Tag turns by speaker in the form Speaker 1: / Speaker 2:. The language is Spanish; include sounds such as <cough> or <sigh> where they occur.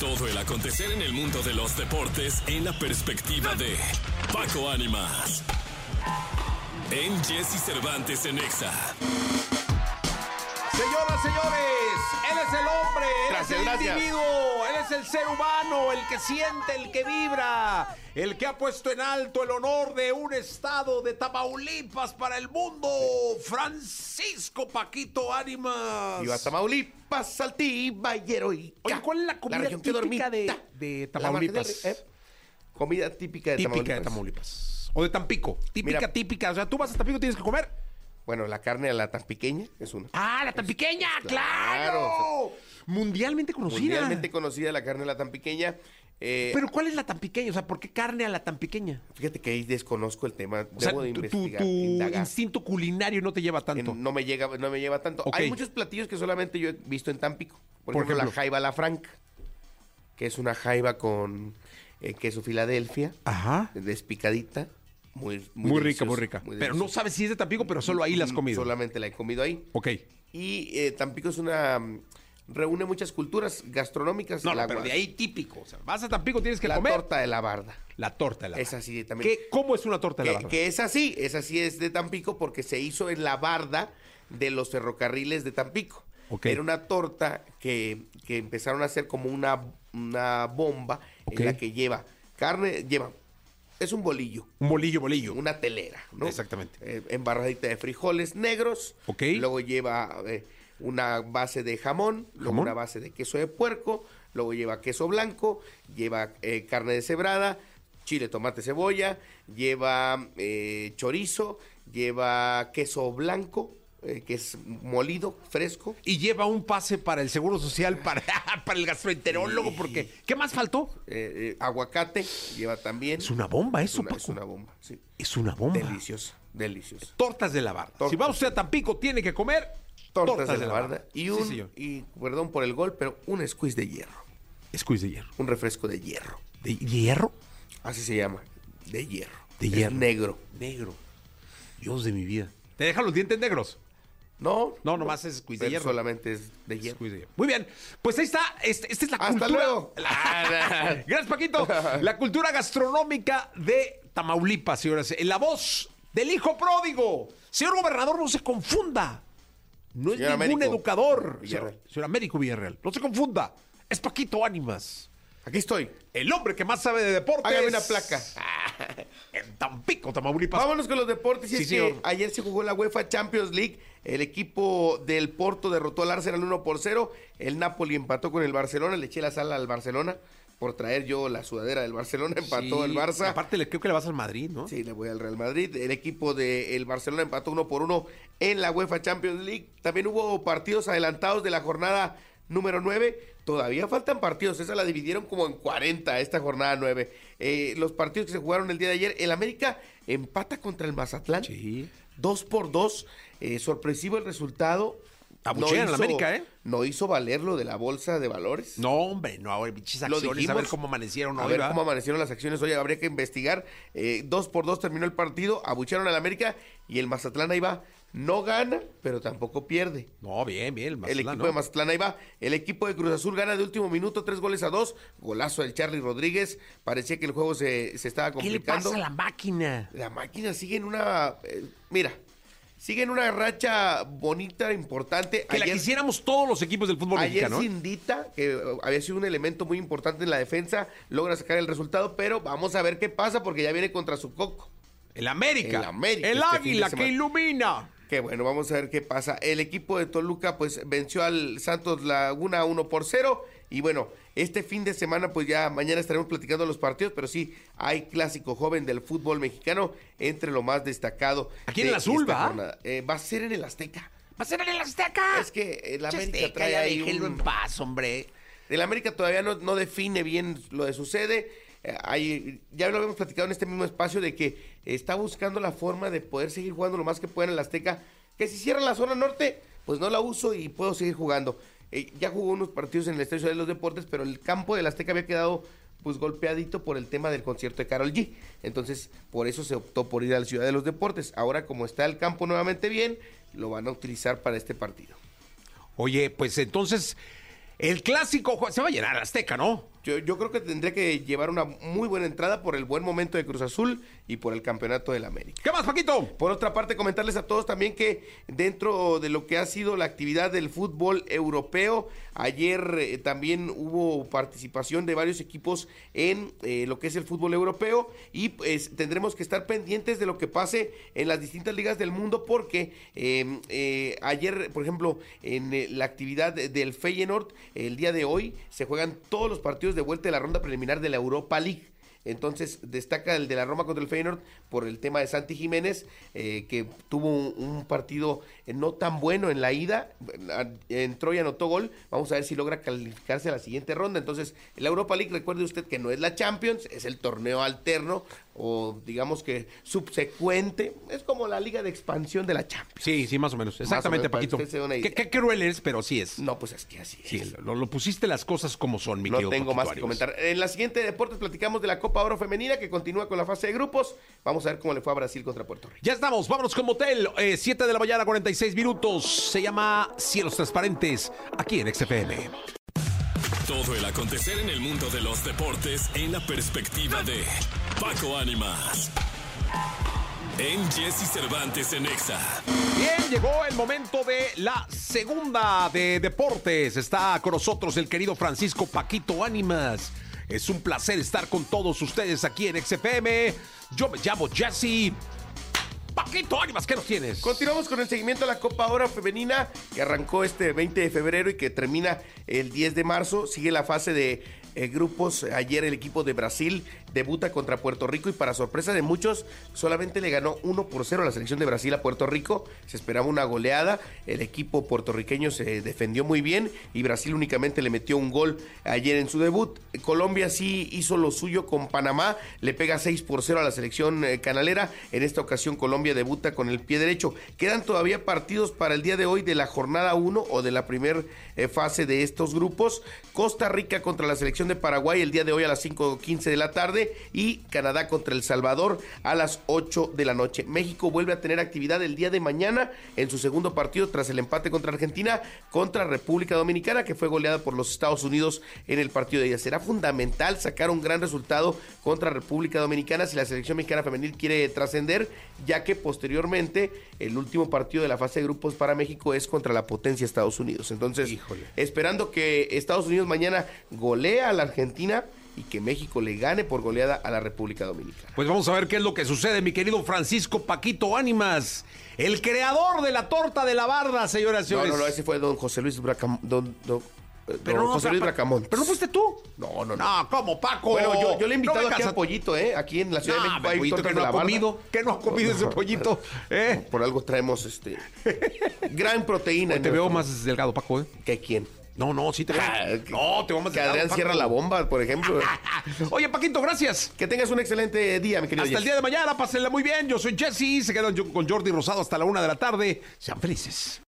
Speaker 1: Todo el acontecer en el mundo de los deportes en la perspectiva de Paco Ánimas. En Jesse Cervantes en Exa.
Speaker 2: Señoras, señores, él es el hombre, él
Speaker 3: Gracias,
Speaker 2: es el
Speaker 3: gracias.
Speaker 2: individuo, él es el ser humano, el que siente, el que vibra, el que ha puesto en alto el honor de un estado de Tamaulipas para el mundo, Francisco Paquito Ánimas.
Speaker 3: Iba a Tamaulipas, Saltiva y Heroica.
Speaker 2: Oye, ¿cuál es la comida
Speaker 3: región que
Speaker 2: típica de,
Speaker 3: dormita.
Speaker 2: de
Speaker 3: La marca del
Speaker 2: Tamaulipas?
Speaker 3: rey, ¿eh? Comida típica de
Speaker 2: típica
Speaker 3: Tamaulipas.
Speaker 2: de Tamaulipas. O de Tampico. Típica,
Speaker 3: Mira.
Speaker 2: típica. O sea, tú vas a Tampico y tienes que comer.
Speaker 3: Bueno, la carne a la tan pequeña es una.
Speaker 2: ¡Ah, la tampiqueña! ¡Claro!
Speaker 3: Pues, claro,
Speaker 2: Mundialmente conocida.
Speaker 3: Mundialmente conocida la carne a la tan pequeña. Eh,
Speaker 2: pues Pero ¿cuál es la tampiqueña? O sea, ¿por qué carne a la tampiqueña?
Speaker 3: fíjate que ahí desconozco el tema.
Speaker 2: O
Speaker 3: Debo
Speaker 2: sea,
Speaker 3: de
Speaker 2: tu- tu,
Speaker 3: investigar,
Speaker 2: tu
Speaker 3: indagar.
Speaker 2: instinto culinario no te lleva
Speaker 3: Eh,
Speaker 2: tanto.
Speaker 3: No me llega, no me lleva tanto.
Speaker 2: Ok.
Speaker 3: Hay muchos platillos que solamente yo he visto en Tampico. Por,
Speaker 2: Por
Speaker 3: ejemplo, la
Speaker 2: ejemplo.
Speaker 3: jaiba a la franca, que es una jaiba con eh, queso Filadelfia,
Speaker 2: Ajá.
Speaker 3: despicadita, muy
Speaker 2: Muy, rica,
Speaker 3: deliciosa,
Speaker 2: muy rica.
Speaker 3: muy
Speaker 2: Pero no
Speaker 3: deliciosa. Mm,
Speaker 2: sabes si es de Tampico, pero solo ahí las has comido.
Speaker 3: Solamente la he comido ahí.
Speaker 2: Ok.
Speaker 3: Y eh, Tampico es una mm, reúne muchas culturas gastronómicas.
Speaker 2: No,
Speaker 3: La
Speaker 2: no, pero
Speaker 3: gua-
Speaker 2: de ahí típico. O sea, vas a Tampico, tienes que
Speaker 3: la
Speaker 2: comer
Speaker 3: torta de la barda.
Speaker 2: la torta de la
Speaker 3: Es
Speaker 2: barra.
Speaker 3: así también.
Speaker 2: ¿Qué- ¿Cómo es una torta de la
Speaker 3: Que,
Speaker 2: barra?
Speaker 3: que es así, es así es de Tampico porque se hizo en la barda de los ferrocarriles de Tampico.
Speaker 2: Ok.
Speaker 3: Era una torta que, que empezaron a hacer como una, una bomba
Speaker 2: Ok.
Speaker 3: en la que lleva carne, lleva, es un bolillo,
Speaker 2: Un bolillo, bolillo.
Speaker 3: una telera, ¿no?
Speaker 2: Exactamente.
Speaker 3: Eh, embarradita de frijoles negros.
Speaker 2: Ok.
Speaker 3: Luego lleva eh, una base de jamón, luego
Speaker 2: Jamón.
Speaker 3: una base de queso de puerco, luego lleva queso blanco, lleva eh, carne deshebrada, chile, tomate, cebolla, lleva eh, chorizo, lleva queso blanco, eh, que es molido, fresco.
Speaker 2: Y lleva un pase para el Seguro Social, para, <laughs> para el gastroenterólogo, porque ¿qué más faltó?
Speaker 3: eh, eh, aguacate lleva también.
Speaker 2: Es una bomba
Speaker 3: Es
Speaker 2: eso,
Speaker 3: una-
Speaker 2: Paco.
Speaker 3: es una bomba, sí.
Speaker 2: Es una bomba.
Speaker 3: Deliciosa, deliciosa.
Speaker 2: Tortas de la barra.
Speaker 3: Tortas.
Speaker 2: Si va usted a Tampico, tiene que comer
Speaker 3: tortas, de la
Speaker 2: barra.
Speaker 3: barda y un
Speaker 2: Sí, señor.
Speaker 3: y perdón por el gol, pero un squeeze de hierro,
Speaker 2: Squeeze de hierro.
Speaker 3: un refresco de hierro,
Speaker 2: ¿De hierro?
Speaker 3: así se llama, de hierro,
Speaker 2: De
Speaker 3: Es
Speaker 2: hierro.
Speaker 3: negro.
Speaker 2: Negro. Dios de mi vida. ¿Te dejan los dientes negros?
Speaker 3: No,
Speaker 2: No, nomás es squeeze de
Speaker 3: pero
Speaker 2: hierro.
Speaker 3: Solamente es de hierro.
Speaker 2: Squeeze de hierro. Muy bien. Pues ahí está. Este- Esta es la
Speaker 3: Hasta
Speaker 2: cultura.
Speaker 3: luego.
Speaker 2: La- <laughs> Gracias,
Speaker 3: <laughs>
Speaker 2: Paquito. La cultura gastronómica de Tamaulipas, señoras. En la voz del hijo pródigo. Señor gobernador, no se confunda. No es
Speaker 3: Señor
Speaker 2: ningún
Speaker 3: Américo
Speaker 2: educador.
Speaker 3: Villarreal.
Speaker 2: Señor- Señor Américo Villarreal. No se confunda. Es Paquito Ánimas.
Speaker 3: Aquí estoy.
Speaker 2: El hombre que más sabe de deportes.
Speaker 3: Hágame una placa. <laughs>
Speaker 2: En Tampico, Tamaulipas.
Speaker 3: Vámonos con los deportes. Y
Speaker 2: Sí,
Speaker 3: es
Speaker 2: señor.
Speaker 3: que ayer se jugó la UEFA Champions League. El equipo del Porto derrotó al Arsenal 1 por 0. El Napoli empató con el Barcelona. Le eché la sala al Barcelona por traer yo la sudadera del Barcelona.
Speaker 2: Sí,
Speaker 3: Empató el Barça.
Speaker 2: Aparte, le creo que le vas al Madrid, ¿no?
Speaker 3: Sí, le voy al Real Madrid. El equipo del Barcelona empató uno por uno en la UEFA Champions League. También hubo partidos adelantados de la jornada número 9. Todavía faltan partidos. Esa la dividieron como en 40 esta jornada 9. Eh, los partidos que se jugaron el día de ayer. El América empata contra el Mazatlán.
Speaker 2: Sí.
Speaker 3: Dos por dos. Eh, sorpresivo el resultado.
Speaker 2: Abuchean al
Speaker 3: hizo-
Speaker 2: América, ¿eh?
Speaker 3: No hizo valer lo de la bolsa de valores.
Speaker 2: No, hombre, no, ahora pinches
Speaker 3: Lo
Speaker 2: acciones, a
Speaker 3: dijimos.
Speaker 2: ver cómo amanecieron
Speaker 3: A
Speaker 2: hoy,
Speaker 3: ver
Speaker 2: ¿va?
Speaker 3: cómo amanecieron las acciones hoy, habría que investigar. Eh, dos por dos terminó el partido, abucharon al América y el Mazatlán ahí va. No gana, pero tampoco pierde.
Speaker 2: No, bien, bien, el
Speaker 3: el
Speaker 2: Mazatlán,
Speaker 3: equipo
Speaker 2: ¿no?
Speaker 3: de Mazatlán ahí va. El equipo de Cruz Azul gana de último minuto, tres goles a dos. Golazo del Charlie Rodríguez. Parecía que el juego se, se estaba
Speaker 2: ¿Qué le
Speaker 3: complicando.
Speaker 2: pasa a la máquina?
Speaker 3: La máquina sigue en una. eh, mira, sigue en una racha bonita, importante.
Speaker 2: Que la
Speaker 3: Ayer-
Speaker 2: quisiéramos todos los equipos del fútbol
Speaker 3: Ayer
Speaker 2: mexicano. ¿eh?
Speaker 3: Sindita, que eh, había sido un elemento muy importante en la defensa, logra sacar el resultado, pero vamos a ver qué pasa porque ya viene contra su coco.
Speaker 2: El América.
Speaker 3: El América,
Speaker 2: El
Speaker 3: este fin de
Speaker 2: águila que
Speaker 3: semana.
Speaker 2: ilumina.
Speaker 3: Que bueno, vamos a ver qué pasa. El equipo de Toluca pues venció al Santos Laguna 1 por 0 y bueno, este fin de semana pues ya mañana estaremos platicando los partidos, pero sí hay clásico joven del fútbol mexicano entre lo más destacado.
Speaker 2: Aquí en
Speaker 3: de
Speaker 2: el azul,
Speaker 3: esta
Speaker 2: ¿va?
Speaker 3: jornada. Eh, va a ser en el Azteca.
Speaker 2: ¡Va a ser en el Azteca!
Speaker 3: Es que el
Speaker 2: Pinche
Speaker 3: América
Speaker 2: Azteca,
Speaker 3: trae
Speaker 2: ya
Speaker 3: ahí
Speaker 2: déjenlo
Speaker 3: un-
Speaker 2: en paz, hombre.
Speaker 3: El América todavía no, no define bien lo que sucede. Eh, hay- ya lo habíamos platicado en este mismo espacio de que está buscando la forma de poder seguir jugando lo más que pueda en el Azteca. Que si cierra la zona norte, pues no la uso y puedo seguir jugando. Eh, ya jugó unos partidos en el Estadio de los Deportes, pero el campo del Azteca había quedado pues golpeadito por el tema del concierto de Carol G. Entonces, por eso se optó por ir a la Ciudad de los Deportes. Ahora, como está el campo nuevamente bien, lo van a utilizar para este partido.
Speaker 2: Oye, pues entonces, El clásico jue- se va a llenar Azteca, ¿no?
Speaker 3: Yo, yo creo que tendría que llevar una muy buena entrada por el buen momento de Cruz Azul y por el campeonato del América.
Speaker 2: ¿Qué más, Paquito?
Speaker 3: Por otra parte, comentarles a todos también que dentro de lo que ha sido la actividad del fútbol europeo, ayer eh, también hubo participación de varios equipos en eh, lo que es el fútbol europeo y pues, tendremos que estar pendientes de lo que pase en las distintas ligas del mundo porque eh, eh, ayer, por ejemplo, en eh, la actividad de- del Feyenoord, el día de hoy se juegan todos los partidos de vuelta de la ronda preliminar de la Europa League. Entonces destaca el de la Roma contra el Feyenoord por el tema de Santi Jiménez, eh, que tuvo un, un partido eh, no tan bueno en la ida, a- entró y anotó gol, vamos a ver si logra calificarse a la siguiente ronda. Entonces la Europa League, recuerde usted que no es la Champions, es el torneo alterno o digamos que subsecuente, es como la liga de expansión de la Champions.
Speaker 2: Sí, sí, más o menos. Exactamente,
Speaker 3: para
Speaker 2: Paquito.
Speaker 3: que usted se dé una
Speaker 2: Qué,
Speaker 3: idea.
Speaker 2: qué cruel eres, pero sí es.
Speaker 3: No, pues es que así es.
Speaker 2: Sí, lo, lo pusiste las cosas como son, mi
Speaker 3: No
Speaker 2: querido
Speaker 3: tengo
Speaker 2: Paquito
Speaker 3: más que
Speaker 2: Arias.
Speaker 3: comentar. En la siguiente de deportes platicamos de la Copa Oro Femenina que continúa con la fase de grupos. Vamos a ver cómo le fue a Brasil contra Puerto Rico.
Speaker 2: Ya estamos, vámonos con Motel. 7 de la mañana, 46 minutos. Se llama Cielos Transparentes, aquí en XFM.
Speaker 1: Todo el acontecer en el mundo de los deportes en la perspectiva de Paco Ánimas. En Jesse Cervantes en Exa.
Speaker 2: Bien, llegó el momento de la segunda de deportes. Está con nosotros el querido Francisco Paquito Ánimas. Es un placer estar con todos ustedes aquí en XFM. Yo me llamo Jesse. Paquito Ánimas, ¿qué nos tienes?
Speaker 3: Continuamos con el seguimiento de la Copa Oro Femenina que arrancó este 20 de febrero y que termina el 10 de marzo. Sigue la fase de eh, grupos. Ayer el equipo de Brasil debuta contra Puerto Rico y para sorpresa de muchos solamente le ganó 1 por 0 a la selección de Brasil a Puerto Rico. Se esperaba una goleada. El equipo puertorriqueño se defendió muy bien y Brasil únicamente le metió un gol ayer en su debut. Colombia sí hizo lo suyo con Panamá. Le pega 6 por 0 a la selección eh, canalera. En esta ocasión Colombia debuta con el pie derecho. Quedan todavía partidos para el día de hoy de la jornada 1 o de la primera fase de estos grupos. Costa Rica contra la selección de Paraguay el día de hoy a las 5.15 de la tarde y Canadá contra El Salvador a las 8 de la noche. México vuelve a tener actividad el día de mañana en su segundo partido tras el empate contra Argentina contra República Dominicana que fue goleada por los Estados Unidos en el partido de ella. Será fundamental sacar un gran resultado contra República Dominicana si la selección mexicana femenil quiere trascender, ya que posteriormente el último partido de la fase de grupos para México es contra la potencia Estados Unidos. Entonces,
Speaker 2: Híjole.
Speaker 3: esperando que Estados Unidos mañana golea a la Argentina y que México le gane por goleada a la República Dominicana.
Speaker 2: Pues vamos a ver qué es lo que sucede, mi querido Francisco Paquito Ánimas, el creador de la torta de la barda, señoras y
Speaker 3: No,
Speaker 2: señores.
Speaker 3: no, no, ese fue don José Luis Bracam- don- don- eh,
Speaker 2: Pero
Speaker 3: don
Speaker 2: no,
Speaker 3: José
Speaker 2: o sea,
Speaker 3: Luis
Speaker 2: pa-
Speaker 3: Bracamontes.
Speaker 2: ¿Pero no fuiste tú?
Speaker 3: No, no, no.
Speaker 2: No, ¿cómo, Paco?
Speaker 3: Bueno, yo, yo le he invitado
Speaker 2: No
Speaker 3: aquí
Speaker 2: vengas
Speaker 3: al pollito, ¿eh? Aquí en la Ciudad
Speaker 2: Ah,
Speaker 3: de México hay
Speaker 2: pollito
Speaker 3: tortas
Speaker 2: que
Speaker 3: de
Speaker 2: no
Speaker 3: la
Speaker 2: ha
Speaker 3: barda.
Speaker 2: comido, que no ha comido
Speaker 3: <laughs>
Speaker 2: ese pollito, ¿eh?
Speaker 3: Por algo
Speaker 2: <laughs>
Speaker 3: traemos este gran proteína.
Speaker 2: Hoy
Speaker 3: en
Speaker 2: te
Speaker 3: nuestro-
Speaker 2: veo más delgado, Paco, ¿eh?
Speaker 3: que quién.
Speaker 2: No, no, sí te veo.
Speaker 3: Ah,
Speaker 2: <laughs>
Speaker 3: que-
Speaker 2: No, te veo más
Speaker 3: Que
Speaker 2: delgado.
Speaker 3: Adrián
Speaker 2: Paco.
Speaker 3: cierra la bomba,
Speaker 2: <laughs>
Speaker 3: por ejemplo.
Speaker 2: Oye, Paquito, gracias.
Speaker 3: que tengas un excelente día, mi querido.
Speaker 2: Hasta el
Speaker 3: Jesse.
Speaker 2: día de mañana, pásenla muy bien. Yo soy Jesse, se quedan yo- con Jordi Rosado hasta la una de la tarde. Sean felices.